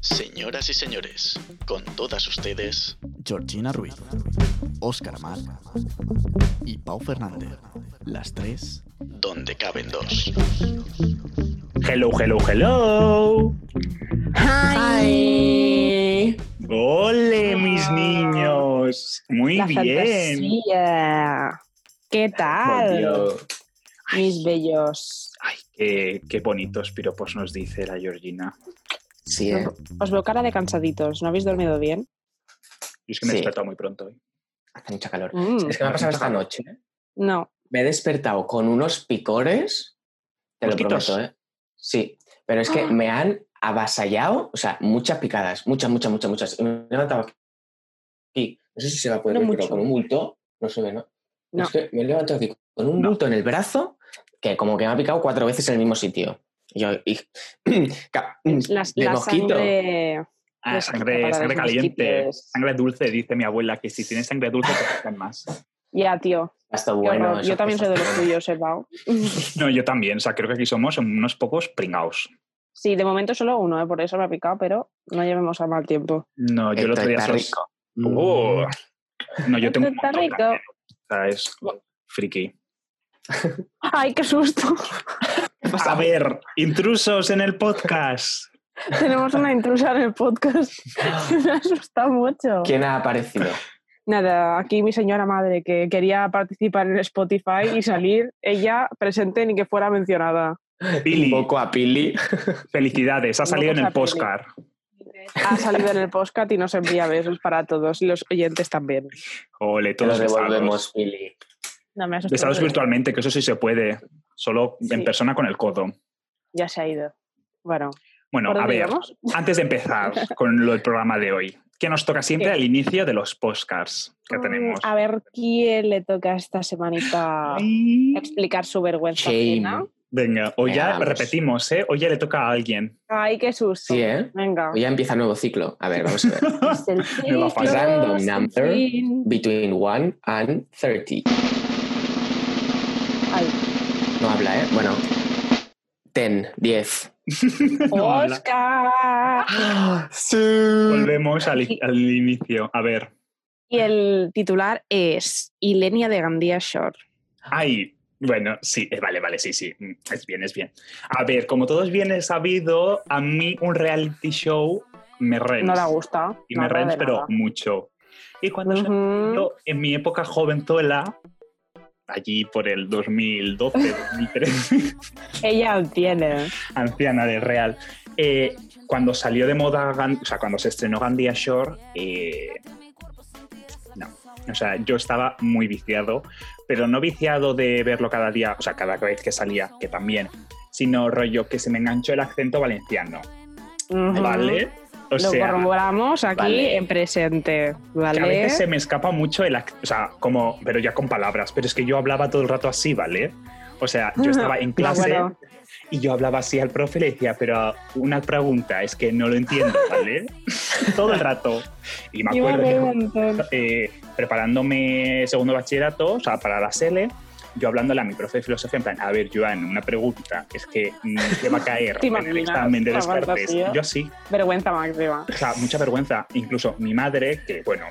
Señoras y señores, con todas ustedes, Georgina Ruiz, Óscar Mar y Pau Fernández. Las tres. donde caben dos. Hello, hello, hello. Ay, Ole, mis niños. Muy la bien. fantasía. ¿Qué Por tal, Dios. mis bellos? Ay, qué, qué bonitos piropos nos dice la Georgina. Sí, ¿eh? Os veo cara de cansaditos. ¿No habéis dormido bien? Yo es que me he Sí. despertado muy pronto ¿eh? hoy. hace mucha calor. Mm, Es que me ha pasado esta noche. ¿eh? no. Me he despertado con unos picores. Te lo Mosquitos. prometo, ¿eh? Sí, pero es Ah. que me han avasallado, o sea, muchas picadas, muchas, muchas, muchas, muchas. Y me he levantado aquí. No sé si se va a poder No ver, pero mucho. con un bulto, no se ve, ¿no? No. Es que me he levantado aquí con un No. bulto en el brazo que como que me ha picado cuatro veces en el mismo sitio. Y yo, y- ca- Eh, mm, Las, de la mosquito. sangre- Ah, Pues sangre, para sangre los caliente. mosquitos. Sangre dulce, dice mi abuela, que si tienes sangre dulce te pican más. Ya, tío. Hasta qué bueno. horror. esas Yo también soy de cosas. los tuyos, eh, Pau. No, yo también. O sea, creo que aquí somos unos pocos pringaos. Sí, de momento solo uno, eh, por eso me ha picado, pero no llevemos a mal tiempo. No, yo el Esto otro día está sos- rico. Oh. No, yo tengo un Mm. Está montón ¿eh? rico. también. O sea, es friki. ¡Ay, qué susto! A ver, intrusos en el podcast. Tenemos una intrusa en el podcast. me ha asustado mucho. ¿Quién ha aparecido? Nada, aquí mi señora madre que quería participar en Spotify y salir, ella presente ni que fuera mencionada. Pili, Poco a Pili. felicidades, ha salido en el Invocos a Pili. postcard. Ha salido en el podcast y nos envía besos para todos y los oyentes también. Ole, Te lo todos besados. devolvemos, Pili. No me asustes. Besados virtualmente, que eso sí se puede. Solo Sí. en persona con el codo. Ya se ha ido. Bueno, Bueno, ¿por a dónde ver, íbamos? antes de empezar con lo- el programa de hoy, que nos toca siempre ¿Qué? Mm, al inicio de los podcasts que tenemos. A ver quién le toca esta semanita Ay. explicar su vergüenza. Shame. ajena. Venga, o Venga, ya vamos. repetimos, ¿eh? O ya le toca a alguien. Ay, qué susto. Sí, ¿eh? Venga. Hoy ya empieza nuevo ciclo. A ver, vamos a ver. Es el Me va a ciclo fallar. Random sin number. fin. Between 1 and 30. Ay, No habla, ¿eh? Bueno. 10, 10. No habla. Oscar. Ah, Sí. Volvemos al, i- al inicio. A ver. Y el titular es Ilenia de Gandía Shore. Ay, bueno, sí, eh, vale, vale, sí, sí, mm, es bien, es bien. A ver, como todos bien he sabido, a mí un reality show me rens. No le gusta. Y no me habla rens, de pero nada. mucho. Y cuando se Ujú. yo, en mi época jovenzuela, allí por el 2012, 2013, Ella lo tiene. anciana de Real, eh, cuando salió de moda, Gan- o sea, cuando se estrenó Gandia Shore, eh, no. O sea, yo estaba muy viciado, pero no viciado de verlo cada día, o sea, cada vez que salía, que también, sino rollo que se me enganchó el acento valenciano, Ujú. ¿vale? O Lo sea, corroboramos aquí vale. en presente. que a ¿Vale? veces se me escapa mucho el acento, o sea, como, pero ya con palabras, pero es que yo hablaba todo el rato así, ¿vale? O sea, yo estaba en Pero clase bueno, y yo hablaba así al profe y le decía, pero una pregunta, es que no lo entiendo, ¿vale? todo el rato. Y me iba a acuerdo ver que un montón. eh, preparándome segundo bachillerato, o sea, para la SELE, yo hablándole a mi profe de filosofía, en plan, a ver, Joan, una pregunta, es que mm, ¿qué va a caer ¿Te en el imaginas examen de la Descartes? fantasía? Yo sí, Vergüenza máxima. o sea, mucha vergüenza. Incluso mi madre, que bueno,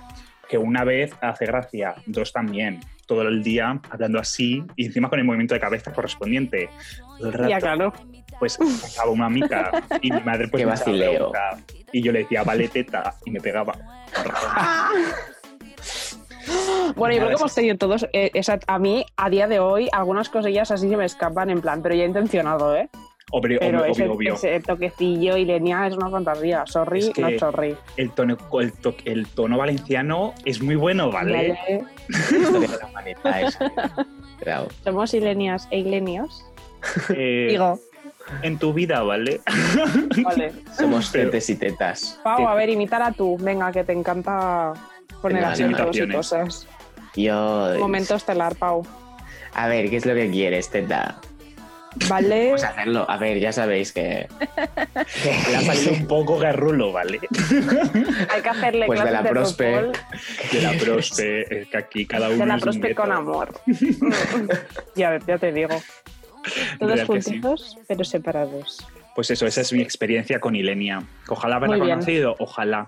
que una vez hace gracia, dos también, todo el día hablando así y encima con el movimiento de cabeza correspondiente. Todo el rato, Ya, claro. pues sacaba una mica y mi madre pues Qué me echaba vacileo. bronca. y yo le decía, vale, teta, y me pegaba. Bueno, yo creo Nada, que hemos tenido todos. eh, esa- a mí, a día de hoy, algunas cosillas así se me escapan en plan, pero ya intencionado, ¿eh? Obvio, Pero obvio, ese, obvio, obvio. ese toquecillo Ilenia es una fantasía. Sorry, Es que- no sorry. El, tono, el, to- el tono valenciano es muy bueno, ¿vale? Vale. Esto de la maneta esa. Cuidado. Somos Ilenias e Ilenios. Eh, Digo, en tu vida, ¿vale? vale. Somos Pero- tetes y tetas. Pau, a ver, imitar a tú. Venga, que te encanta poner Venga, acentos y imitaciones. cosas. Yo. Momento estelar, Pau. A ver, ¿qué es lo que quieres, teta? Vale. Pues hacerlo. A ver, ya sabéis que. Le ha salido un poco garrulo, ¿vale? Hay que hacerle Pues de clases la prospe. fútbol, De la prospe, es que aquí cada uno de la es un prospe gueto. con amor. ya, ya te digo. Todos Real que sí. juntitos, pero separados. Pues eso, esa es mi experiencia con Ilenia. Ojalá haberla Muy bien. conocido, ojalá.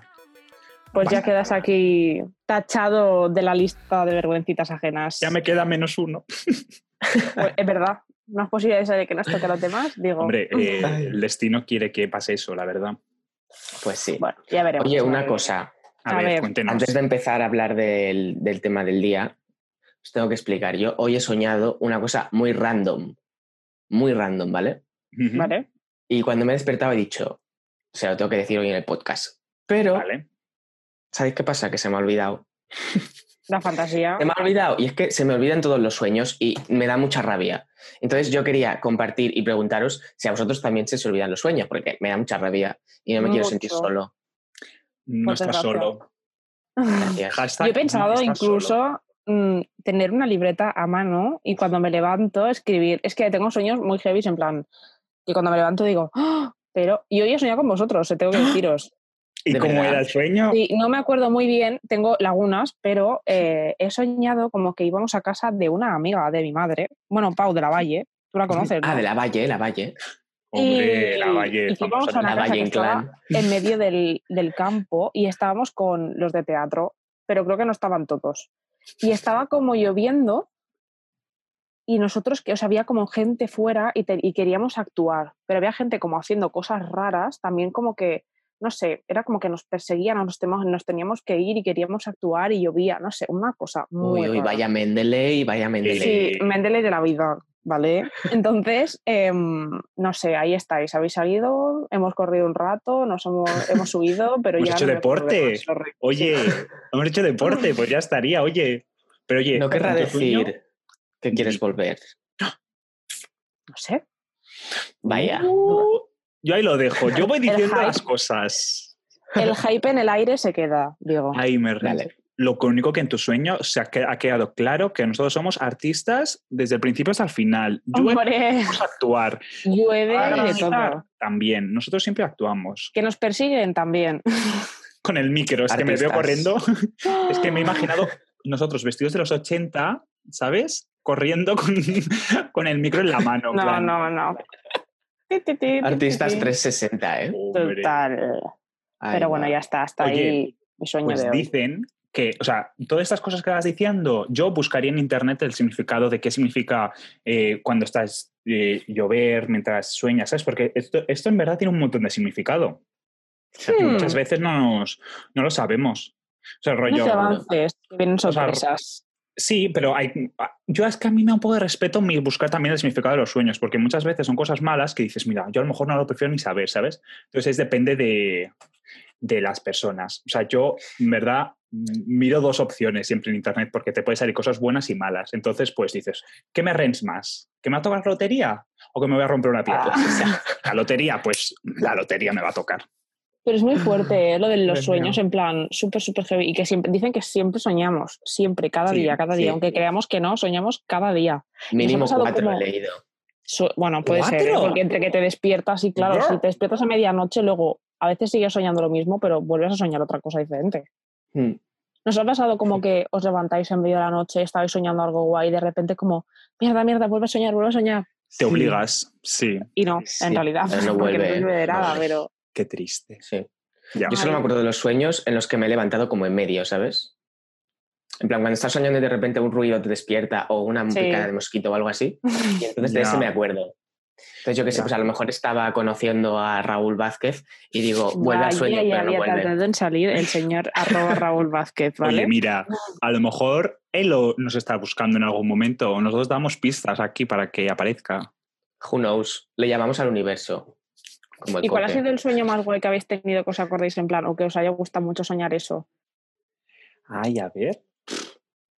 Pues ya Basta. quedas aquí tachado de la lista de vergüencitas ajenas. Ya me queda menos uno. Pues, es verdad. Más posibilidades hay de que nos toque a los demás, digo. Hombre, eh, Ay. el destino quiere que pase eso, la verdad. Pues sí. Bueno, ya veremos. Oye, una cosa. A, A ver, ver, cuéntenos. Antes de empezar a hablar del, del tema del día, os tengo que explicar. Yo hoy he soñado una cosa muy random. Muy random, ¿vale? Ujú. Vale. Y cuando me he despertado he dicho, o sea, lo tengo que decir hoy en el podcast. Pero, Vale. ¿sabéis qué pasa? Que se me ha olvidado. La fantasía. Se me ha olvidado. Y es que se me olvidan todos los sueños y me da mucha rabia. Entonces yo quería compartir y preguntaros si a vosotros también se os olvidan los sueños, porque me da mucha rabia y no me quiero Mucho. sentir solo. No Por estás desgracia. solo. Gracias. Hashtag Yo he no pensado estás solo. incluso mm, tener una libreta a mano y cuando me levanto escribir. Es que tengo sueños muy heavy en plan. Y cuando me levanto digo, "Ah", pero y hoy he soñado con vosotros, se tengo que deciros. ¿Y De cómo verdad. era el sueño? Sí, no me acuerdo muy bien, tengo lagunas, pero eh, he soñado como que íbamos a casa de una amiga de mi madre, bueno, Pau de la Valle, tú la conoces. Ah, ¿no? de la Valle, la Valle. Hombre, la y valle que íbamos famosa. a una La casa Valle que estaba Inclán. en medio del, del campo y estábamos con los de teatro, pero creo que no estaban todos. Y estaba como lloviendo y nosotros, que os había como gente fuera y, te- y queríamos actuar, pero había gente como haciendo cosas raras, también como que, no sé, era como que nos perseguían, o nos, temo- nos teníamos que ir y queríamos actuar y llovía, no sé, una cosa muy... Uy, uy, rara. vaya Mendeley, vaya Mendeley. Sí, Mendeley de la vida, ¿vale? Entonces, em, no sé, ahí estáis. Habéis salido, hemos corrido un rato, nos hemos, hemos subido, pero Hemos ya. hecho no me acuerdo deporte. más, sorry. Oye, hemos hecho deporte, pues ya estaría, oye. Pero oye, No querrá ¿tu sueño? decir que quieres volver. No sé. Vaya. Uh, yo ahí lo dejo. Yo voy diciendo hype. las cosas. El hype en el aire se queda, digo. Ahí me re- Vale. Lo único que en tu sueño se ha, que- ha quedado claro que nosotros somos artistas desde el principio hasta el final. Yo Hombre, a actuar llueve y de cantar todo. también. Nosotros siempre actuamos. Que nos persiguen también. Con el micro, es que me veo Artistas. corriendo. es que me he imaginado nosotros vestidos de los 80, ¿sabes? Corriendo con, con el micro en la mano. en No, plan, no, no. Ti, ti, ti, ti, Artistas ti. 360, ¿eh? hombre. Total. Ahí Pero bueno, va. ya está, hasta Oye, ahí mi sueño Pues de hoy. dicen que, o sea, todas estas cosas que vas diciendo, yo buscaría en internet el significado de qué significa eh, cuando estás eh, llover, mientras sueñas, ¿sabes? Porque esto, esto en verdad tiene un montón de significado. Y Hmm. Muchas veces no, nos- no lo sabemos. O sea, No rollo. te avances, que vienen sea, sorpresas. Sí, pero hay, ah, yo es que a mí me da un poco de respeto mi buscar también el significado de los sueños, porque muchas veces son cosas malas que dices, mira, yo a lo mejor no lo prefiero ni saber, ¿sabes? Entonces es- depende de, de las personas. O sea, yo, en verdad, m- miro dos opciones siempre en Internet, porque te pueden salir cosas buenas y malas. Entonces, pues dices, ¿qué me rents más? ¿Que me va a tocar la lotería o que me voy a romper una pierna? O sea, la lotería, pues la lotería me va a tocar. Pero es muy fuerte ¿eh? lo de los Dios sueños, en plan, súper, súper heavy. Y que siempre, dicen que siempre soñamos, siempre, cada Sí, día, cada sí. día. Aunque creamos que no, soñamos cada día. Mínimo Nos ha pasado cuatro como- he leído. So- bueno, puede ser, ¿eh? ¿Cuatro? porque entre que te despiertas y claro, Girl. si te despiertas a medianoche, luego a veces sigues soñando lo mismo, pero vuelves a soñar otra cosa diferente. Hmm. ¿Nos ha pasado como que os levantáis en medio de la noche, estáis soñando algo guay y de repente como, mierda, mierda, vuelve a soñar, vuelve a soñar? Te obligas, sí, Y no, Sí, en realidad, pero no porque vuelve, no vuelve de no nada, vuelve. pero... qué triste. Sí. Ya. Yo solo me acuerdo de los sueños en los que me he levantado como en medio, ¿sabes? En plan, cuando estás soñando y de repente un ruido te despierta o una Sí. picada de mosquito o algo así. Y entonces de Ya. ese me acuerdo. Entonces yo qué sé, Ya. pues a lo mejor estaba conociendo a Raúl Vázquez y digo, vuelve Ya, al sueño, ya, ya pero no había vuelve. tardado en salir el señor arroba Raúl Vázquez, ¿vale? Ah. Oye, mira, a lo mejor él o- nos está buscando en algún momento o nosotros damos pistas aquí para que aparezca. Who knows? Le llamamos al universo. Como el ¿Y cuál ha coque. sido el sueño más guay que habéis tenido que os acordéis en plan o que os haya gustado mucho soñar eso? Ay, a ver.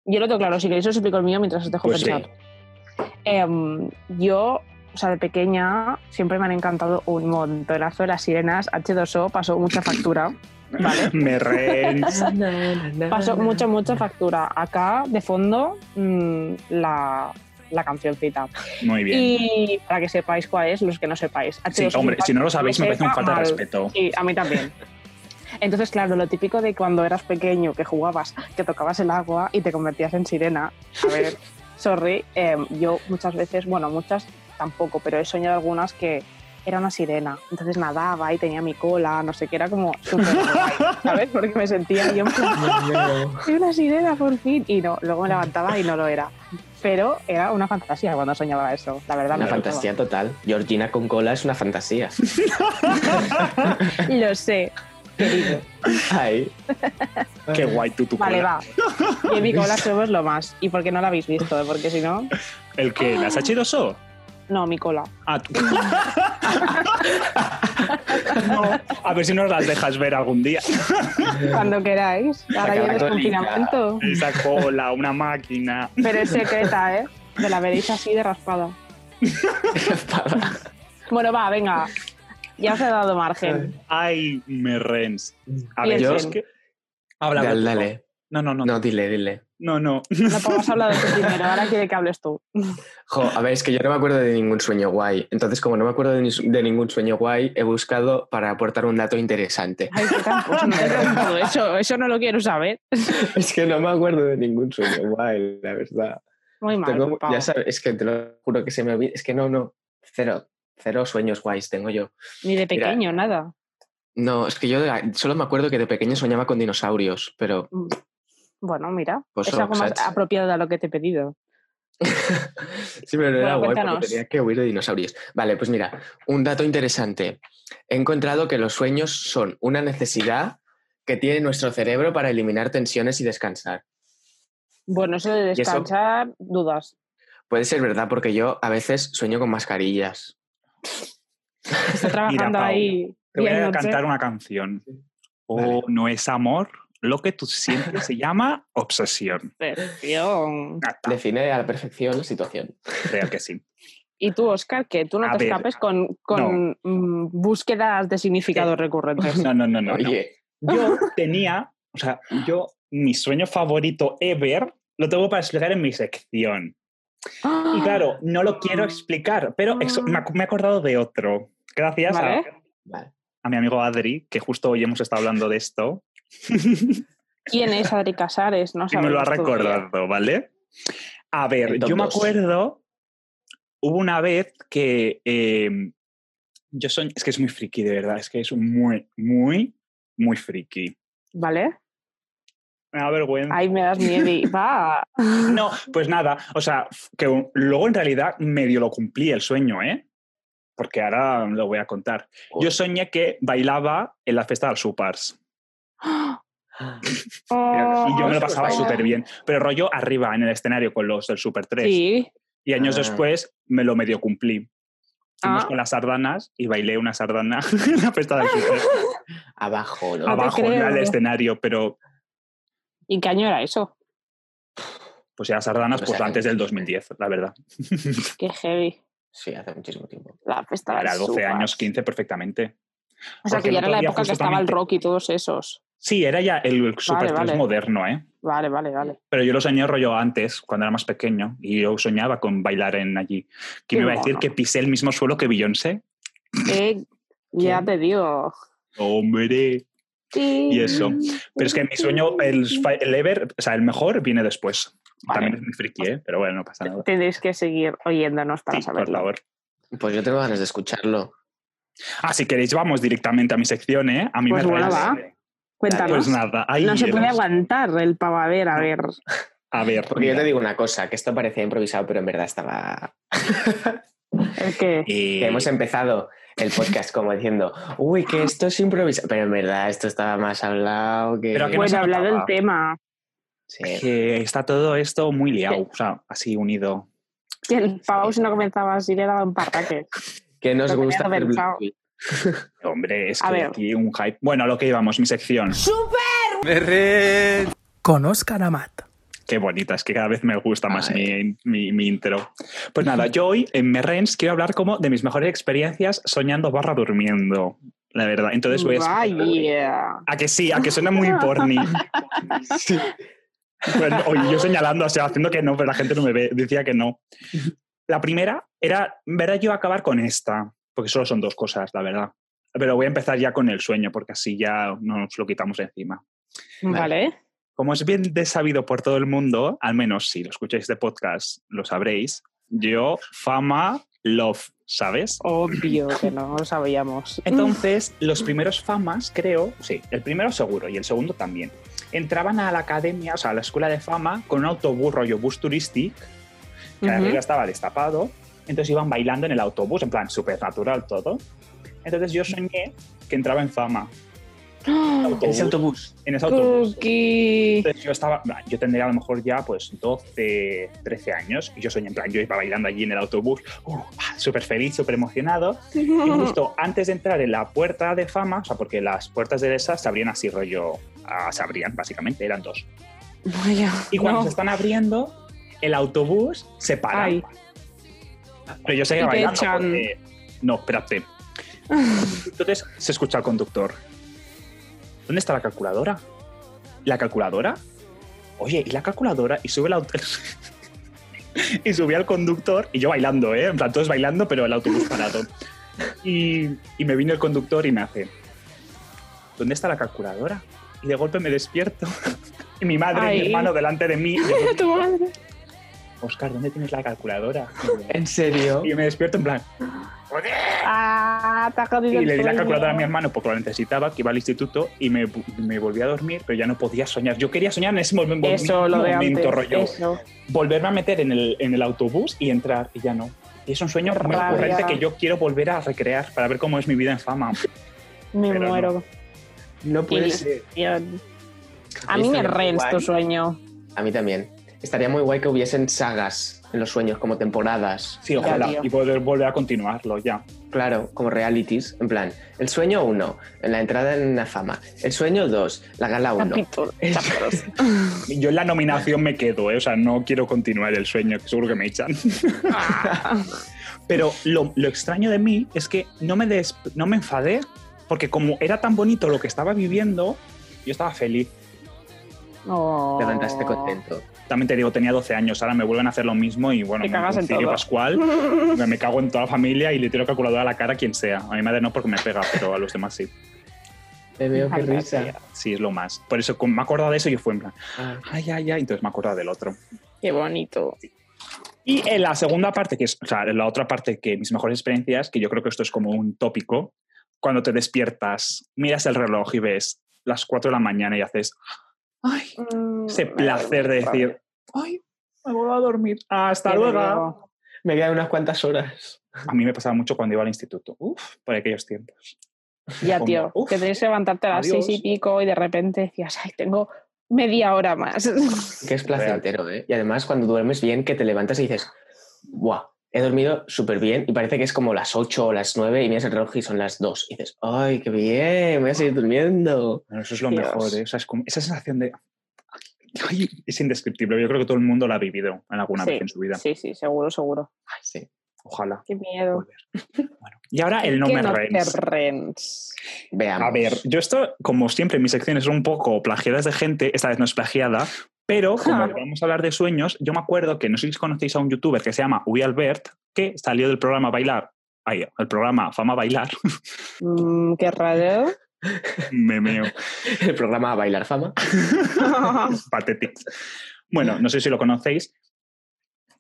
Yo lo tengo claro, si queréis os explico el mío mientras os dejo Pues pensar. Em, yo, o sea, de pequeña siempre me han encantado un montonazo de las sirenas. H2O pasó mucha factura. Vale. Me rens. Pasó mucha, mucha factura. Acá, de fondo, mm, la, la cancioncita. Muy bien. Y para que sepáis cuál es, los que no sepáis. Sí, H2O hombre, Impact si no lo sabéis me parece un sepa falta de mal. respeto. Sí, a mí también. Entonces, claro, lo típico de cuando eras pequeño, que jugabas, que tocabas el agua y te convertías en sirena. A ver, em, sorry, eh, yo muchas veces, bueno, muchas tampoco, pero he soñado algunas que era una sirena. Entonces nadaba y tenía mi cola, no sé qué, era como súper guay, ¿sabes? Porque me sentía yo en plan, soy una sirena por fin. Y no, luego me levantaba y no lo era. Pero era una fantasía cuando soñaba eso, la verdad. me Una encantaba. fantasía total. Georgina con cola es una fantasía. Lo sé. querido. Ay. Qué guay tú, tu Vale, cola. va. Y mi cola somos lo más. Y porque no la habéis visto, porque si no. ¿El que ¿Las H2O? No, mi cola. Ah, tú- No, a ver si nos las dejas ver algún día. Cuando queráis. Ahora Saca ya la es confinamiento. Esa cola, una máquina. Pero es secreta, ¿eh? Te la veréis así de raspada. Bueno, va, venga. Ya os he dado margen. Ay, me rens. A Y ver, el yo zen. es que. Habla, dale, habla. dale. No, no, no. No, dile, dile. No, no. No te hemos hablado tú primero, ahora quiere que hables tú. Jo, a ver, es que yo no me acuerdo de ningún sueño guay. Entonces, como no me acuerdo de, ni- de ningún sueño guay, he buscado para aportar un dato interesante. Ay, qué tramposo, no te he preguntado eso, eso no lo quiero saber. Es que no me acuerdo de ningún sueño guay, la verdad. Muy mal, Tengo- Pau. ya sabes, es que te lo juro que se me olvida. Es que no, no. Cero. Cero sueños guays tengo yo. Ni de pequeño, nada. No, es que yo de- solo me acuerdo que de pequeño soñaba con dinosaurios, pero Bueno, mira, Pues es no, algo más ¿sabes? apropiado a lo que te he pedido. Sí, pero no era Bueno, guay porque cuéntanos. tenía que huir de dinosaurios. Vale, pues mira, un dato interesante. He encontrado que los sueños son una necesidad que tiene nuestro cerebro para eliminar tensiones y descansar. Bueno, eso de eso? descansar, dudas. Puede ser verdad porque yo a veces sueño con mascarillas. Está trabajando Pau, ahí. Te voy día y a noche. cantar una canción. O Vale. no es amor, lo que tú siempre se llama obsesión. Perfección. Ah, está, Define a la perfección la situación. creo que sí. Y tú, Oscar, que tú no A te ver, escapes con, con, mm, búsquedas de significados recurrentes. No, no, no, no. no. Oye, Yo tenía, o sea, yo, mi sueño favorito ever lo tengo para explicar en mi sección. Ah. Y claro, no lo quiero explicar, pero ex- me, ac- me he acordado de otro. Gracias a- Vale. vale. a mi amigo Adri, que justo hoy hemos estado hablando de esto. ¿Quién es Adri Casares? No Y me lo ha sabemos todavía. recordado, ¿vale? A ver, El Don yo me Dos. acuerdo, hubo una vez que eh, yo soy, es que es muy friki, de verdad, es que es muy, muy, muy friki. ¿Vale? Me da vergüenza. Ahí me das miedo y va. No, pues nada, o sea, que un- luego en realidad medio lo cumplí el sueño, ¿eh? Porque ahora lo voy a contar. Pues Yo soñé que bailaba en la fiesta de los supers. Oh, Y yo me lo Eso pasaba baila. súper bien. Pero rollo arriba en el escenario con los del Super 3. Sí. Y años Ah. después me lo medio cumplí. Fuimos Ah. con las sardanas y bailé una sardana en la fiesta del súper. Abajo, ¿no? te abajo en el creo. escenario, pero ¿Y qué año era eso? pues las sardanas Pues pues hace antes del 2010, la verdad. Qué heavy. Sí, hace muchísimo tiempo. La fiesta del Era 12 súper. años, 15 perfectamente. O sea, porque que ya el era la otro día época que estaba el justamente- rock y todos esos. Sí, era ya el, el Super Vale, 3 vale. moderno, ¿eh? Vale, vale, vale. Pero yo lo soñé rollo antes, cuando era más pequeño, y yo soñaba con bailar en allí. Qué ¿Qué me iba a decir mono. que pisé el mismo suelo que Beyoncé? Eh, ya ¿Quién? te digo. ¡Hombre! Y eso. Pero es que mi sueño, el, fa- el ever, o sea, el mejor viene después. Vale. También es muy friki, ¿eh? Pero bueno, no pasa nada. Tendréis que seguir oyéndonos para Sí, por saberlo. favor. Pues yo tengo ganas de escucharlo. Ah, si queréis, vamos directamente a mi sección, ¿eh? A mí Pues me bueno, rayas. va. Cuéntanos. Pues nada, ahí no se puede eres. aguantar el pavo. A ver, a ver. A ver, Porque yo mira, te digo una cosa, que esto parecía improvisado, pero en verdad estaba El que. eh, Que hemos empezado el podcast como diciendo, uy, que esto es improvisado. Pero en verdad, esto estaba más hablado que. Pero que no se Bueno, ha hablar del acabado. tema. Sí. eh, que está todo esto muy liado, o sea, así unido. Que el pavo, si no comenzaba así, le daba un parraque. Que nos Lo tenía gusta hacer pensado. Bluetooth. Hombre, es A que ver. aquí un hype. Bueno, a lo que íbamos, mi sección. Con Oscar Amat. Qué bonita, es que cada vez me gusta más Ay. mi, mi- mi intro. Pues nada, yo hoy en Merrens quiero hablar como de mis mejores experiencias soñando barra durmiendo, la verdad. Entonces voy a... Mm, Vaya. A que sí, a que suena muy porni. Bueno, oye, yo señalando, o sea, haciendo que no, pero la gente no me ve, decía que no. La primera era, en verdad, yo acabar con esta, porque solo son dos cosas, la verdad. Pero voy a empezar ya con el sueño, porque así ya nos lo quitamos de encima. Vale. Como es bien de sabido por todo el mundo, al menos si lo escucháis de podcast, lo sabréis, yo fama Love, ¿sabes? Obvio que no lo sabíamos. Entonces, los primeros famas, creo, sí, el primero seguro y el segundo también, entraban a la academia, o sea, a la escuela de fama, con un autobús rollo bus turístico, que Ujú. arriba estaba destapado, entonces iban bailando en el autobús, en plan súper natural todo. Entonces yo soñé que entraba en fama. En ese autobús. En ese autobús. Cookie. Entonces yo estaba, yo tendría a lo mejor ya pues 12, 13 años y yo soñé en plan, yo iba bailando allí en el autobús, uh, ah, súper feliz, súper emocionado. Y justo antes de entrar en la puerta de fama, o sea, porque las puertas de esa se abrían así rollo, ah, se abrían básicamente, eran dos. Vaya, Y cuando no. se están abriendo, el autobús se para. Ay. Pero yo seguía Y te bailando echan. porque- No, espérate. Entonces se escucha al conductor. ¿Dónde está la calculadora? ¿La calculadora? Oye, ¿y la calculadora? Y sube el auto... y subí al conductor y yo bailando, ¿eh? En plan, todos bailando, pero el autobús parado. Y, y me vino el conductor y me hace... ¿Dónde está la calculadora? Y de golpe me despierto. y mi madre y Ay. mi hermano delante de mí. Tu madre. Oscar, ¿dónde tienes la calculadora? ¿En serio? Y yo me despierto en plan... Ah, te has jodido Y el le di la sueño. calculadora a mi hermano porque la necesitaba, que iba al instituto y me, me volví a dormir, pero ya no podía soñar. Yo quería soñar en ese momen- momento, Eso, lo de antes. rollo. Eso. Volverme a meter en el, en el autobús y entrar, y ya no. Y es un sueño muy Rabia. recurrente que yo quiero volver a recrear para ver cómo es mi vida en fama. Me Pero no. muero. No puede ser. Bien. A mí me Estaría muy rens guay. tu sueño. A mí también. Estaría muy guay que hubiesen sagas en los sueños, como temporadas. Sí, ojalá. tío. y poder volver a continuarlo ya. Claro, como realities. En plan, el sueño 1, la entrada en la fama. El sueño 2, la gala 1. Capítulo. Capítulos. Yo en la nominación me quedo, ¿eh? o sea, no quiero continuar el sueño, que seguro que me echan. Ah. Pero lo, lo extraño de mí es que no me, des- no me enfadé, porque como era tan bonito lo que estaba viviendo, yo estaba feliz. Oh. Levantaste contento. También te digo, tenía 12 años, ahora me vuelven a hacer lo mismo y bueno, Te cagas en Concilio todo. Pascual, me, me cago en toda la familia y le tiro calculadora a la cara a quien sea. A mi madre no porque me pega, pero a los demás sí. Te veo, qué Anda, risa. tío. Sí, es lo más. Por eso, como me acordaba de eso, yo fue en plan, Ah, ay, ay, ay, entonces me acordaba del otro. Qué bonito. Y en la segunda parte, que es o sea, la otra parte que mis mejores experiencias, que yo creo que esto es como un tópico, cuando te despiertas, miras el reloj y ves las 4 de la mañana y haces ay, ese placer de decir, ay, me vuelvo a dormir, hasta luego. me quedan unas cuantas horas. A mí me pasaba mucho cuando iba al instituto, uff, por aquellos tiempos. Ya, Como, tío, uf, que tenías que levantarte a las adiós. seis y pico y de repente decías, ay, tengo media hora más. Que es Real. placentero, ¿eh? Y además, cuando duermes bien, que te levantas y dices, ¡buah! He dormido súper bien y parece que es como las 8 o las 9 y miras el reloj y son las 2. Y dices, ¡ay, qué bien! Voy a seguir durmiendo. Bueno, eso es lo Dios. mejor, ¿eh? O sea, es como- esa sensación de... ay, es indescriptible, yo creo que todo el mundo la ha vivido en alguna Sí, vez en su vida. Sí, sí, seguro, seguro. Sí. Ojalá. Qué miedo. Volver. Bueno, y ahora el Qué nombre no Reigns. te rens. Veamos. A ver, yo esto, como siempre, mis secciones son un poco plagiadas de gente, esta vez no es plagiada, pero como Ah. vamos a hablar de sueños, yo me acuerdo que no sé si conocéis a un youtuber que se llama Uy Albert, que salió del programa Bailar, ay, el programa Fama Bailar, Mm, qué raro. me meo, El programa Bailar Fama. patético. Bueno, no sé si lo conocéis.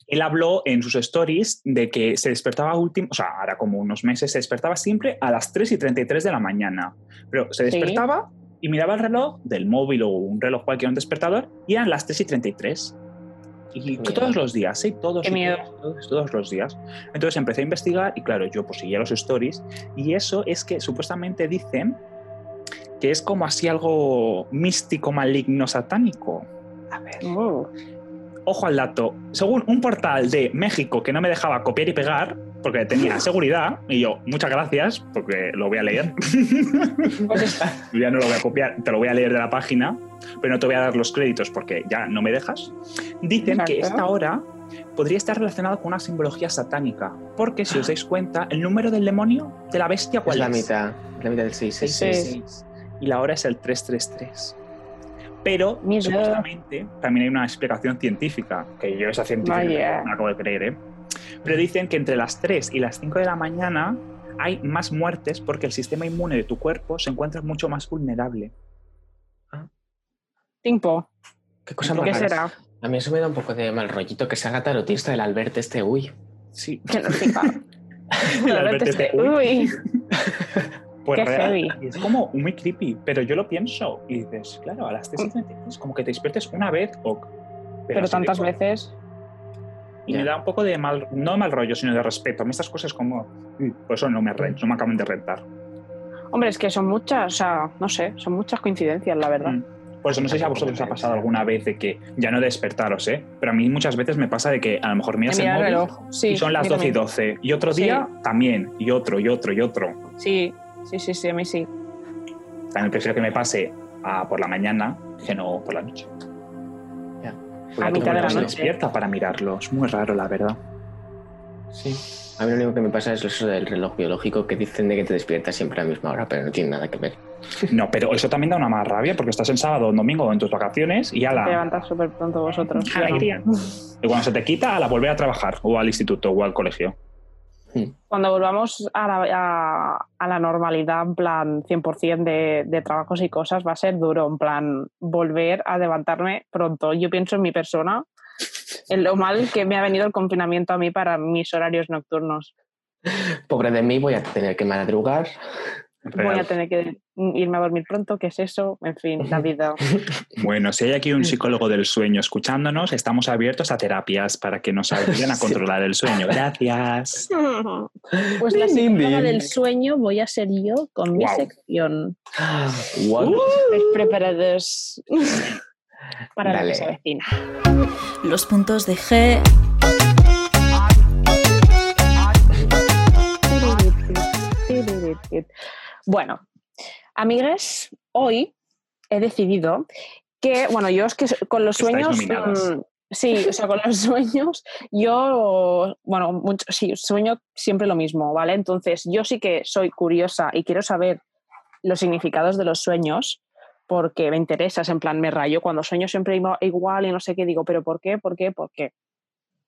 Él habló en sus stories de que se despertaba último, o sea, ahora como unos meses, se despertaba siempre a las 3 y 33 de la mañana. Pero se Sí. despertaba y miraba el reloj del móvil o un reloj cualquier, un despertador, y eran las 3 y 33. Y Qué todos miedo. los días, sí, todos, Qué y miedo. todos, todos, todos los días. Entonces empecé a investigar y claro, yo pues seguía los stories y eso es que supuestamente dicen que es como así algo místico, maligno, satánico. A ver Uh, ojo al dato, según un portal de México que no me dejaba copiar y pegar, porque tenía seguridad, y yo, muchas gracias, porque lo voy a leer. pues está. Yo ya no lo voy a copiar, te lo voy a leer de la página, pero no te voy a dar los créditos porque ya no me dejas. Dicen que Exacto. esta hora podría estar relacionada con una simbología satánica, porque si os dais cuenta, el número del demonio de la bestia, ¿Cuál ¿cuál es la es? mitad? La mitad del 6. Sí, sí, sí. Y la hora es el 333. Pero Mira. supuestamente también hay una explicación científica, que yo esa científica Vaya. no la acabo de creer, ¿eh? Pero dicen que entre las 3 y las 5 de la mañana hay más muertes porque el sistema inmune de tu cuerpo se encuentra mucho más vulnerable. Tiempo. Qué cosa más ¿Qué rara. será? A mí eso me da un poco de mal rollito que se haga tarotista del Albert este, uy. Sí. Que no flipa. Y las Claro, veces te- de, uy, uy. pues qué real. heavy. Y es como muy creepy, pero yo lo pienso y dices, claro, a las 3 y 33, como que te despiertes una vez o... Mm. Pero tantas veces. Y me Ya. da un poco de mal, no mal rollo, sino de respeto. A mí estas cosas como, "Uy, pues eso no me, re- no me acaban de rentar. Hombre, es que son muchas, o sea, no sé, son muchas coincidencias, la verdad. Mm. Por eso no sé si a vosotros os ha pasado alguna vez de que ya no despertaros, ¿eh? Pero a mí muchas veces me pasa de que a lo mejor miras He el mirado el móvil reloj. Sí, y son las yo 12 y también. 12. Y otro Sí. día también, y otro, y otro, y otro. Sí, sí, sí, sí, a mí sí. Pues También prefiero que me pase a por la mañana que no por la noche. Porque Ya. A tengo mitad de la que estar noche. despierta para mirarlo. Es muy raro, la verdad. Sí. A mí lo único que me pasa es eso del reloj biológico que dicen de que te despiertas siempre a la misma hora, pero no tiene nada que ver. No, pero eso también da una más rabia porque estás el sábado o domingo en tus vacaciones y Te ala. levantas súper pronto vosotros. Yo no. Alegría. Y cuando se te quita, ala, volver a trabajar o al instituto o al colegio. Cuando volvamos a la, a- a la normalidad, en plan 100% de, de trabajos y cosas, va a ser duro, en plan volver a levantarme pronto. Yo pienso en mi persona, en lo mal que me ha venido el confinamiento a mí para mis horarios nocturnos. Pobre de mí, voy a tener que madrugar. Voy Real. a tener que irme a dormir pronto, ¿qué es eso? En fin, la vida. Bueno, si hay aquí un psicólogo del sueño escuchándonos, estamos abiertos a terapias para que nos ayuden a Sí. controlar el sueño. Gracias. Pues la Din, din, psicóloga din. del sueño voy a ser yo con mi Guau. sección. Uh. What? Estáis preparados para la Dale. que se avecina. Los puntos de G. Bueno, amigues, hoy he decidido que, bueno, yo es que con los Estáis sueños. nominadas. mm, sí, o sea, con los sueños, yo, bueno, mucho, sí, sueño siempre lo mismo, ¿vale? Entonces, yo sí que soy curiosa y quiero saber los significados de los sueños porque me interesas, en plan, me rayo. Cuando sueño siempre ima- igual y no sé qué digo, pero ¿por qué? ¿Por qué? ¿Por qué?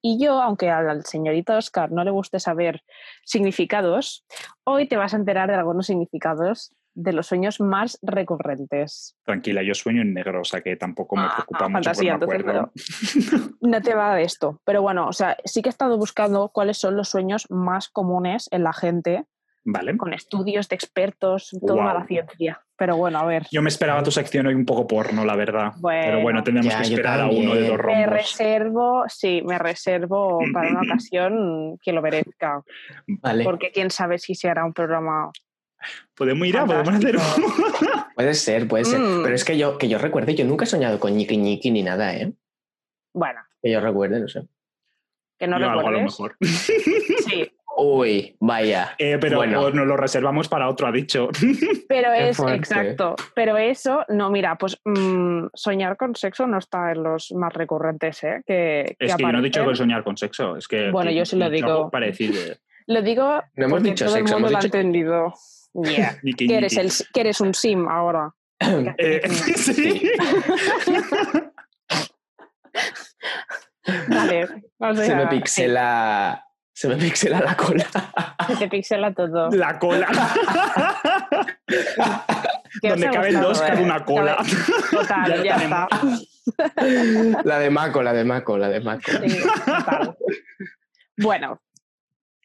Y yo, aunque al al señorito Oscar no le guste saber significados, hoy te vas a enterar de algunos significados de los sueños más recurrentes. Tranquila, yo sueño en negro, o sea que tampoco me Ah, preocupa ah, mucho fantasía, por entonces, no acuerdo. No te va de esto, pero bueno, o sea, sí que he estado buscando cuáles son los sueños más comunes en la gente, Vale. con estudios de expertos, toda Guau. la ciencia. Pero bueno, a ver. Yo me esperaba tu sección hoy un poco porno, la verdad. Pero bueno, Bueno. tenemos Ya, que yo esperar a uno de también. los Me rombos. reservo, sí, me reservo para una ocasión que lo merezca, Vale. porque quién sabe si se hará un programa. Podemos ir a, podemos hacer Fantástico. uno. Puede ser, puede ser. Mm. Pero es que yo, que yo recuerde, yo nunca he soñado con ñiqui ñiqui ni nada, ¿eh? Bueno, Que yo recuerde, no sé. que no Yo algo a lo recuerdes. mejor. Sí, Uy, vaya. Eh, pero Bueno. pues, nos lo reservamos para otro, ha dicho. pero Qué es fuerte. exacto. Pero eso, no, mira, pues mm, soñar con sexo no está en los más recurrentes, ¿eh? Que, Es que yo no he dicho aparecen. que soñar con sexo. Es que Bueno, yo sí lo he dicho algo digo. Parecido. Lo digo No hemos porque dicho todo sexo, el mundo hemos lo dicho- ha entendido. Yeah. Niqui, que, eres niqui. el, que eres un sim ahora. Eh, sí. Vale, o Se me sea, pixela. Se me pixela la cola. sí, Te pixela todo. La cola. ¿Qué os Donde ha caben gustado, dos, cabe eh? una cola. Ya Total, ya está. la de Maco, la de Maco, la de Maco. Sí, total. Bueno,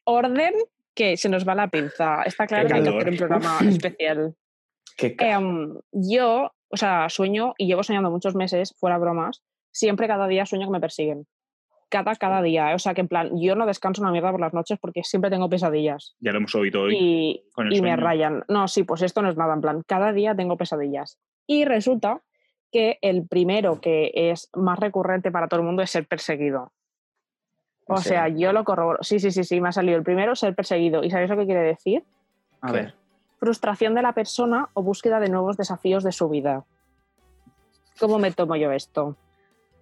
orden que se nos va la pinza. Está claro Qué que hay que calor. hacer un programa especial. Qué ca- Em, yo, o sea, sueño y llevo soñando muchos meses, fuera bromas, siempre cada día sueño que me persiguen. Cada, cada día. eh. O sea, que en plan, yo no descanso una mierda por las noches porque siempre tengo pesadillas. Ya lo hemos oído hoy. Y, con el y me sueño. rayan. No, sí, pues esto no es nada, en plan, cada día tengo pesadillas. Y resulta que el primero que es más recurrente para todo el mundo es ser perseguido. O ¿En serio? sea, yo lo corroboro. Sí, sí, sí, sí, me ha salido el primero, ser perseguido. ¿Y sabéis lo que quiere decir? A ver. frustración de la persona o búsqueda de nuevos desafíos de su vida. ¿Cómo me tomo yo esto?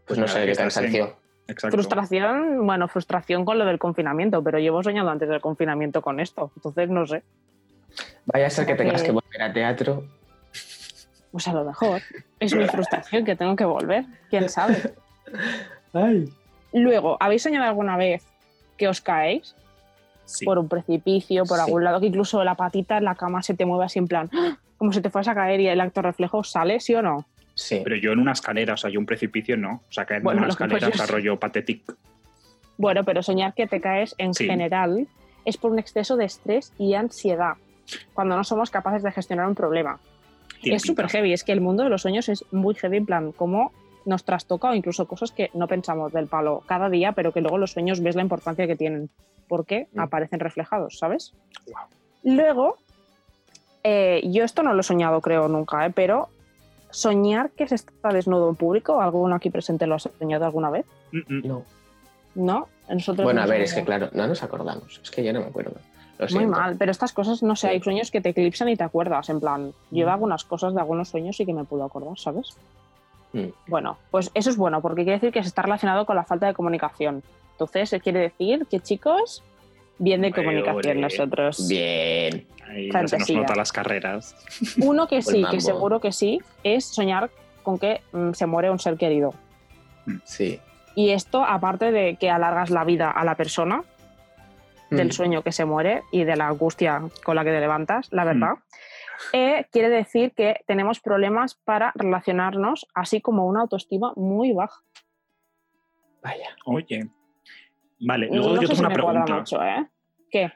Pues no Pues nada, sé, que qué estás cansancio. Exacto. Frustración, bueno, frustración con lo del confinamiento, pero llevo soñando antes del confinamiento con esto, entonces no sé. Vaya a ser que Porque- tengas que volver a teatro. Pues a lo mejor es mi frustración que tengo que volver, quién sabe. Ay. Luego, ¿habéis soñado alguna vez que os caéis Sí. por un precipicio, por Sí. algún lado, que incluso la patita en la cama se te mueve así en plan, ¡ah! como si te fueras a caer y el acto reflejo sale, sí o no? Sí. Pero yo en una escalera, o sea, yo un precipicio no. O sea, caer Bueno, en una lo que escalera pues yo es sí. rollo patético. Bueno, pero soñar que te caes en Sí. general es por un exceso de estrés y ansiedad, cuando no somos capaces de gestionar un problema. Tiene es pinta. súper heavy, es que el mundo de los sueños es muy heavy, en plan, cómo nos trastoca o incluso cosas que no pensamos del palo cada día, pero que luego los sueños ves la importancia que tienen, porque Mm. aparecen reflejados, ¿sabes? Luego, eh, yo esto no lo he soñado creo nunca, ¿eh? pero soñar que se está desnudo en público, ¿alguno aquí presente lo ha soñado alguna vez? Mm, mm. No. ¿No? Nosotros Bueno, no a ver, es que soñamos. claro, no nos acordamos. Es que yo no me acuerdo. Lo Muy siento. mal, pero estas cosas, no sé, Sí. hay sueños que te eclipsan y te acuerdas, en plan, yo de algunas cosas de algunos sueños sí que me puedo acordar, ¿sabes? Mm. Bueno, pues eso es bueno, porque quiere decir que se está relacionado con la falta de comunicación. Entonces, eh, quiere decir que chicos, bien de Hombre, comunicación ole. nosotros. Bien. Ahí ya se nos Fantasía. nota las carreras. Uno que el sí, mambo. que seguro que sí, es soñar con que mm, se muere un ser querido. Sí. Y esto, aparte de que alargas la vida a la persona, del Mm. sueño que se muere y de la angustia con la que te levantas, Mm. la verdad, eh, quiere decir que tenemos problemas para relacionarnos, así como una autoestima muy baja. Vaya. Oye. Vale, Eh, luego no yo sé tengo si una me cuadra pregunta. mucho, ¿eh? ¿Qué?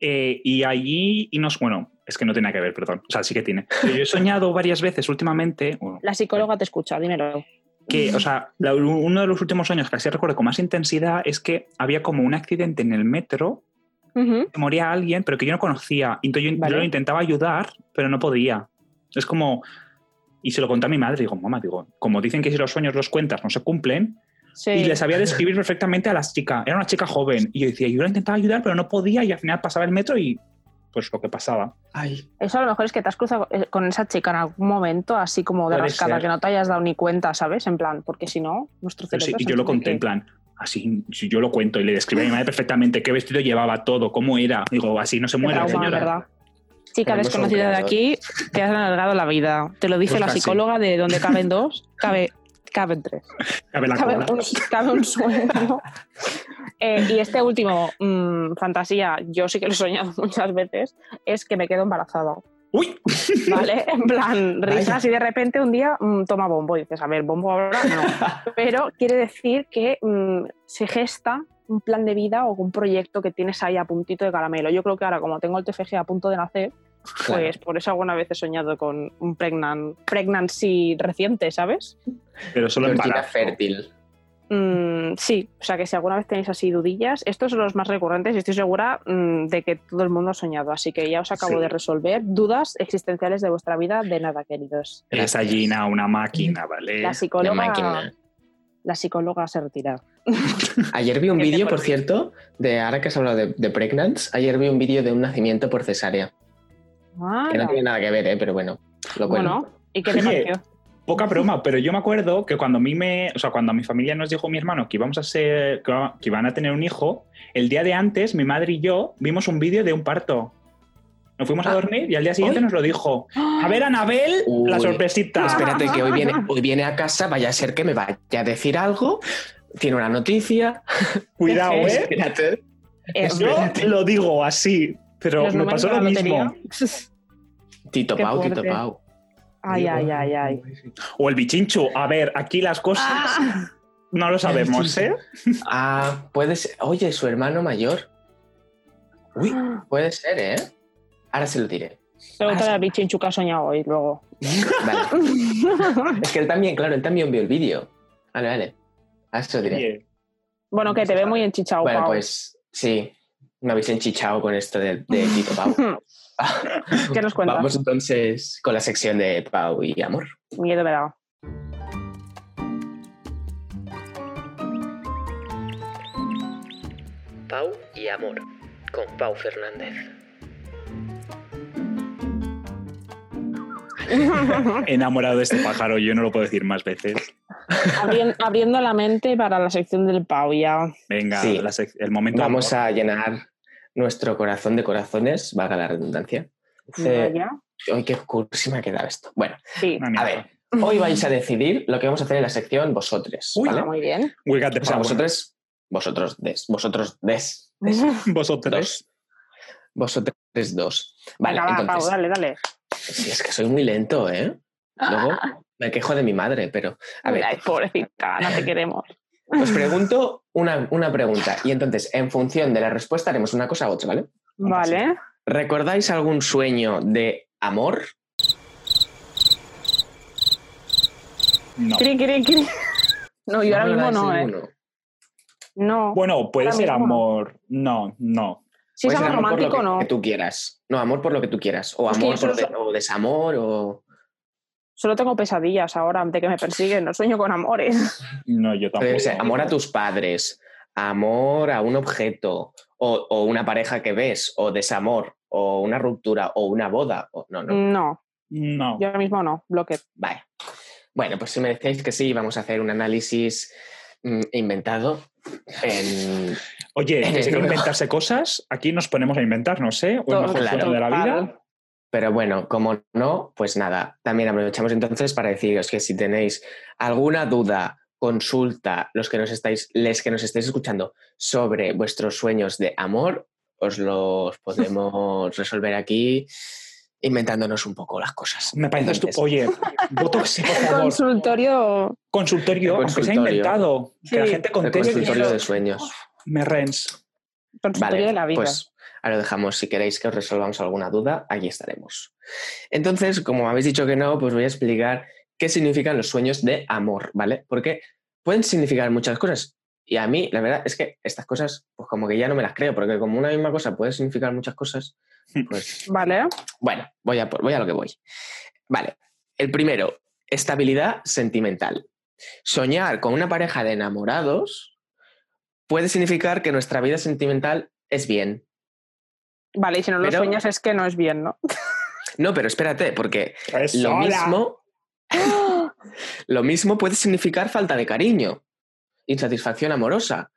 Eh, y allí, y nos, bueno, es que no tenía que ver, perdón. O sea, sí que tiene. Pero yo he soñado varias veces últimamente, bueno, La psicóloga te escucha, dímelo. que, o sea, la- uno de los últimos sueños que así recuerdo con más intensidad es que había como un accidente en el metro, Ujú. que moría alguien, pero que yo no conocía. Y Entonces yo, yo Vale. lo intentaba ayudar, pero no podía. Es como. Y se lo conté a mi madre, digo, mamá, digo, como dicen que si los sueños los cuentas no se cumplen, Sí. y le sabía describir perfectamente a la chica. Era una chica joven. Y yo decía, yo la intentaba ayudar, pero no podía, y al final pasaba el metro y pues lo que pasaba. Ay. Eso a lo mejor es que te has cruzado eh, con esa chica en algún momento, así como de Puede rascada, ser. que no te hayas dado ni cuenta, ¿sabes? En plan, porque si no, nuestro Pero cerebro... sí, y se yo lo entiende conté en que- plan, así, si yo lo cuento y le describí a mi madre perfectamente qué vestido llevaba todo, cómo era. Digo, así no se Qué muere la trauma, señora. ¿verdad? Chica Tenemos desconocida de un creador. aquí, te has alargado la vida. Te lo dice Pues la casi. psicóloga de donde caben dos, cabe, caben tres. Cabe la Cabe cola. un, cabe un sueño. Eh, y este último, mm, fantasía, yo sí que lo he soñado muchas veces, es que me quedo embarazada. ¡Uy! ¿Vale? En plan, Vaya. risas y de repente un día mm, toma bombo y dices, a ver, bombo ahora no. Pero quiere decir que mm, se gesta un plan de vida o un proyecto que tienes ahí a puntito de caramelo. Yo creo que ahora, como tengo el TFG a punto de nacer, Claro. pues por eso alguna vez he soñado con un pregnan, pregnancy reciente, ¿sabes? Pero solo en Cortina fértil. Mm, sí, o sea que si alguna vez tenéis así dudillas, estos son los más recurrentes y estoy segura mm, de que todo el mundo ha soñado. Así que ya os acabo Sí. de resolver dudas existenciales de vuestra vida de nada, queridos. Es Gina una máquina, ¿vale? La La psicóloga, Eh, máquina. la psicóloga se retira. Ayer vi un ¿Qué te vídeo, por parece? cierto, de ahora que has hablado de, de pregnants, ayer vi un vídeo de un nacimiento por cesárea. Que no Ala. tiene nada que ver, ¿eh? pero bueno, lo cuento. Bueno, ¿y qué te Oye. pareció? Eh, Poca broma, pero yo me acuerdo que cuando a mí me, o sea, cuando a mi familia nos dijo mi hermano que íbamos a ser, que que iban a tener un hijo, el día de antes mi madre y yo vimos un vídeo de un parto. Nos fuimos Ah. a dormir y al día siguiente nos lo dijo. A ver, Anabel, la Uy. Ah, sorpresita. Espérate, que hoy viene, hoy viene a casa, vaya a ser que me vaya a decir algo. Tiene una noticia. Cuidado, ¿eh? Espérate. Eh, Yo lo digo así, pero los me números pasó de lo la mismo. lotería. Tito Qué Pau, Tito fuerte. Pau. Ay, ay, ay, ay. O el bichincho. A ver, aquí las cosas no lo sabemos, ¿eh? Ah, puede ser. Oye, su hermano mayor. Uy, puede ser, ¿eh? Ahora se lo diré. Pregúntale al bichinchu que ha soñado hoy luego. Vale. Es que él también, claro, él también vio el vídeo. Vale, vale. Ahora se lo diré. Oye, bueno, que te ve muy enchichado, Bueno, Pau. pues sí, me habéis enchichado con esto de, de Tito Pau. ¿Qué nos cuentas? Vamos entonces con la sección de Pau y Amor. Miedo me da. Pau y Amor, con Pau Fernández. enamorado de este pájaro, yo no lo puedo decir más veces. Abrien- abriendo la mente para la sección del Pau ya. Venga, Sí. la sec- el momento. Vamos a llenar nuestro corazón de corazones, valga la redundancia. Eh, Vaya. Ay, qué cursi me ha quedado esto. Bueno, Sí. Una mierda. a ver, hoy vais a decidir lo que vamos a hacer en la sección vosotros, Uy. ¿vale? Ah, muy bien. We got the O sea, power. ¿eh? vosotros, vosotros des, vosotros des, Vosotros. dos, vosotros dos. Vale, Venga, va, entonces, Pau, dale, dale. sí, es que soy muy lento, ¿eh? Luego me quejo de mi madre, pero a ver, Ay, pobrecita, no te queremos. Os pregunto una, una pregunta y entonces, en función de la respuesta, haremos una cosa u otra, ¿vale? Vale. ¿Recordáis algún sueño de amor? No. Cri, cri, cri. No, yo ahora mismo recordáis no, ¿eh? ninguno. No. Bueno, puede Ahora ser mismo no. amor. No, no. si es Puede ser algo amor por pues romántico, lo que- no. Que tú quieras. No, amor por lo que tú quieras. O Es que amor yo solo por de- o desamor o... Solo tengo pesadillas ahora de que me persiguen. No sueño con amores. No, yo tampoco. Puede ser amor a tus padres, amor a un objeto, o, o una pareja que ves, o desamor, o una ruptura, o una boda. o- No, no, No, No. yo ahora mismo no. Bloque. vale. Bueno, pues si me decís que sí, vamos a hacer un análisis mm, inventado. En... Oye, Eh, que si hay que no. inventarse cosas, aquí nos ponemos a inventarnos, ¿eh? O Todo, mejor claro. sueño de la vida. Total. Pero bueno, como no, pues nada, también aprovechamos entonces para deciros que si tenéis alguna duda, consulta, los que nos estáis, les que nos estáis escuchando sobre vuestros sueños de amor, os los podemos resolver aquí inventándonos un poco las cosas. Me parece Entonces, estu- Oye, voto que sí, por favor. Consultorio. Consultorio, El aunque sea consultorio. inventado. Que la Sí. gente El conteste. consultorio de sueños. Me rens. Consultorio de la vida. Pues ahora lo dejamos. Si queréis que os resolvamos alguna duda, aquí estaremos. Entonces, como habéis dicho que no, pues voy a explicar qué significan los sueños de amor, ¿vale? Porque pueden significar muchas cosas. Y a mí, la verdad es que estas cosas, pues como que ya no me las creo, porque como una misma cosa puede significar muchas cosas, pues Vale. bueno, voy a, por- voy a lo que voy. Vale, el primero, estabilidad sentimental. Soñar con una pareja de enamorados puede significar que nuestra vida sentimental es bien, Vale, y si no lo Pero- sueñas es que no es bien, ¿no? No, pero espérate, porque Es lo sola. mismo, lo mismo puede significar falta de cariño, insatisfacción amorosa.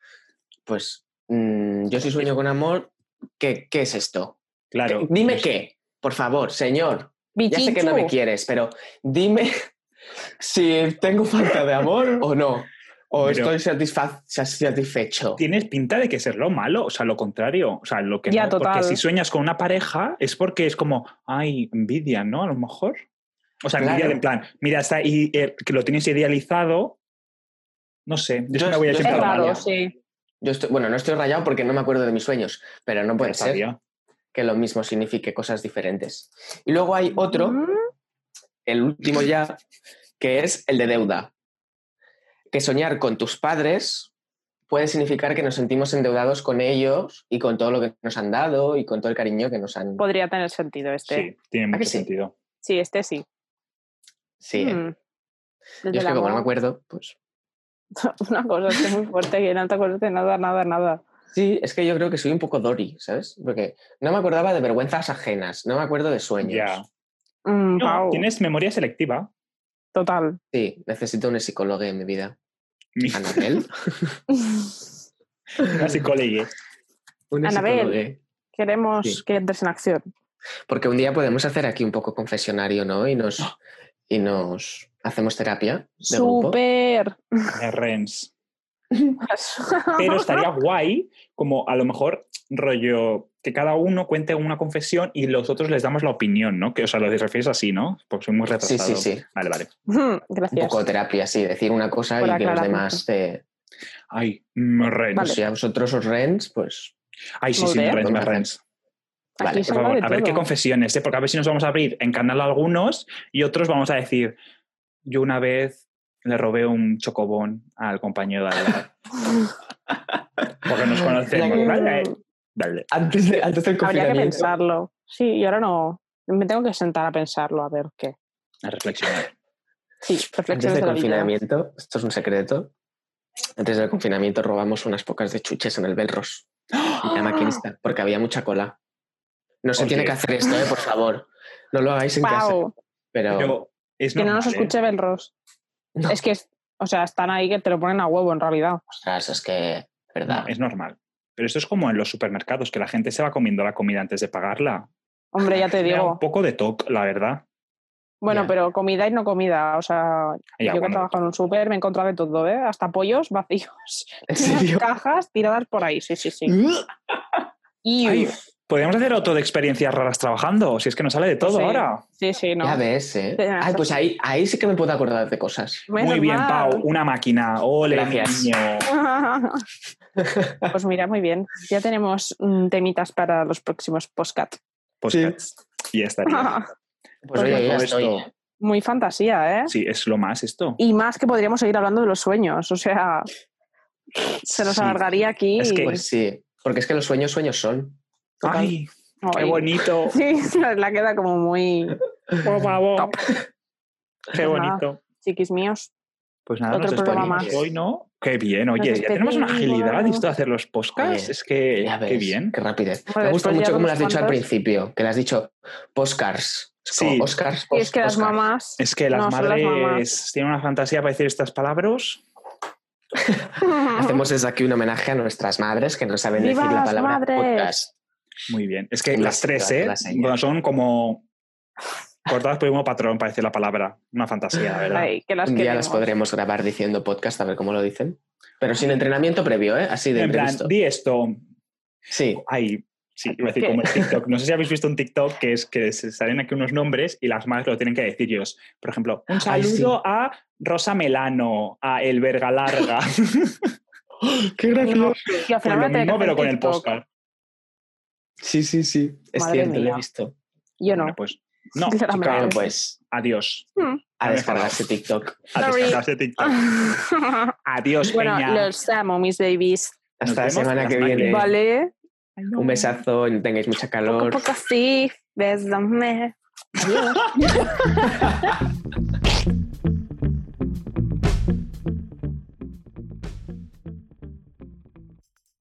Pues mm, yo si sueño con amor, ¿qué, qué es esto? Claro. Dime qué, por favor, señor. Ya sé que no me Bichichu. quieres, pero dime si tengo falta de amor o no. O Pero- estoy satisfa- satisfecho. Tienes pinta de que ser lo malo, o sea, lo contrario. O sea, lo que Ya, no, porque total. si sueñas con una pareja es porque es como, ay, envidia, ¿no? A lo mejor. O sea, envidia Claro. de en plan, mira, está ahí, eh, que lo tienes idealizado. No sé, yo Yo- no me voy a yo decir Es Pero nada. vaya. raro, sí. Yo estoy, bueno, no estoy rayado porque no me acuerdo de mis sueños, pero no puede ser Sabía. que lo mismo signifique cosas diferentes. Y luego hay otro Mm, el último ya, que es el de deuda. Que soñar con tus padres puede significar que nos sentimos endeudados con ellos y con todo lo que nos han dado y con todo el cariño que nos han... Podría tener sentido este. Sí, tiene que mucho sí? sentido. Sí, este sí. Sí, ¿eh? Mm. Desde yo es el que como no me amor. acuerdo, pues... Una cosa es que es muy fuerte que no te acuerdas de nada, nada, nada. Sí, es que yo creo que soy un poco Dory, ¿sabes? Porque no me acordaba de vergüenzas ajenas, no me acuerdo de sueños. Ya. Mm, No, Pau, tienes memoria selectiva. Total. Sí, necesito una psicóloga en mi vida. Mi- Anabel. Una psicóloga. Una Anabel. psicóloga. Queremos Sí. que entres en acción. Porque un día podemos hacer aquí un poco confesionario, ¿no? Y nos, y nos hacemos terapia de grupo. Súper. Me eh, rens. Pero estaría guay, como a lo mejor rollo que cada uno cuente una confesión y los otros les damos la opinión, ¿no? Que, o sea, lo refieres así, ¿no? Porque soy muy Sí, retrasado. sí, sí. Vale, vale. Un Gracias. poco terapia, sí. Decir una cosa Por y que los aclarar demás... eh, Ay, me rens. Vale. Si a vosotros os rens, pues... Ay, sí, sí, Muy me bien. rens, me rens. Aquí Vale, se Por habla favor, de pues a ver todo. qué confesiones, ¿eh? Porque a ver si nos vamos a abrir en canal a algunos y otros vamos a decir, yo una vez le robé un chocobón al compañero de al lado. Porque nos conocemos. Ya. Vale, Eh, dale. Antes, de- antes Habría del que confinamiento... Mm, pensarlo. Sí, y ahora no. Me tengo que sentar a pensarlo, a ver qué. A reflexionar. Sí, Antes reflexiones del de la vida. confinamiento, esto es un secreto, antes del confinamiento robamos unas pocas de chuches en el Belros, en la maquinista, porque había mucha cola. No se Oye. tiene que hacer esto, eh, por favor. No lo hagáis en casa. Pau, pero Pero es que no nos normal, ¿eh? escuche Belros. No. Es que, es- o sea, están ahí que te lo ponen a huevo en realidad. Ostras, es que, No, ¿verdad? ¿eh? es normal. Pero esto es como en los supermercados, que la gente se va comiendo la comida antes de pagarla. Hombre, ya te Era un digo. poco de toque, la verdad. Bueno, Ya. pero comida y no comida. O sea, Ya, yo que he bueno, trabajado en un súper me he encontrado de todo, ¿eh? Hasta pollos vacíos. ¿En Unas serio? cajas tiradas por ahí, sí, sí, sí. Iu. Mm. Ay, Podríamos hacer otro de experiencias raras trabajando, si es que nos sale de todo Sí. ahora. Sí, sí, no. Ya ves, ¿eh? Te- Ay, pues ahí, ahí sí que me puedo acordar de cosas. Menos muy bien, mal. Pau, una máquina. Ole, Gracias. niño. Pues mira, muy bien. Ya tenemos mm, temitas para los próximos postcat. Podcast. Y Pues ya estaría. Pues Porque oye, ya todo estoy. esto- Muy fantasía, ¿eh? Sí, es lo más esto. Y más que podríamos seguir hablando de los sueños. O sea, se nos Sí. alargaría aquí. Es que- Pues sí, porque es que los sueños, sueños son. total. ¡Ay, qué Ay. bonito! Sí, se nos la queda como muy Por favor. ¡Qué Pues bonito! chiquis míos. Pues nada, Otro nos programa despedimos más. hoy, ¿no? ¡Qué bien! Oye, Nos ya tenemos una despedimos. agilidad y esto de hacer los podcasts. Oye, es que, Ya ves, qué bien. Qué rapidez. Bueno, me gusta después mucho ya como lo unos has dicho al cuantos. principio, que le has dicho postcards. Es Sí. como Oscars, Y es que las Oscars. mamás. Es que las No, son las madres mamás. tienen una fantasía para decir estas palabras. Hacemos desde aquí un homenaje a nuestras madres que no saben ¡Viva decir la las palabra madres! podcast. Muy bien. Es que Las las tres, tres, ¿eh? las señas. Bueno, son como cortadas por el mismo patrón para decir la palabra. Una fantasía, la verdad. Ay, que las Un día queremos. las podremos grabar diciendo podcast, a ver cómo lo dicen. Pero sin entrenamiento previo, ¿eh? Así de en plan, imprevisto. di esto. Sí, Ay, sí, iba a decir ¿Qué? como el TikTok. No sé si habéis visto un TikTok que es que se salen aquí unos nombres y las madres lo tienen que decir ellos. Por ejemplo, un Ay, sí. saludo a Rosa Melano, a El Verga Larga. Qué gracioso. Y al Pues final lo van a tener que mismo, hacer pero con el TikTok. podcast. Sí, sí, sí. Es Madre cierto, lo mía. he visto. Yo no. Bueno, pues, no, Claro, chicas, hombre. Bueno, pues adiós. a Ya me descargarse TikTok. A Sorry. descargarse TikTok. Adiós, bueno, Peña. los amo, mis babies. Nos Hasta la vemos semana la que semana que viene. viene. Vale. Un besazo, no tengáis mucha Poco a calor. poco sí. Bésame. Adiós.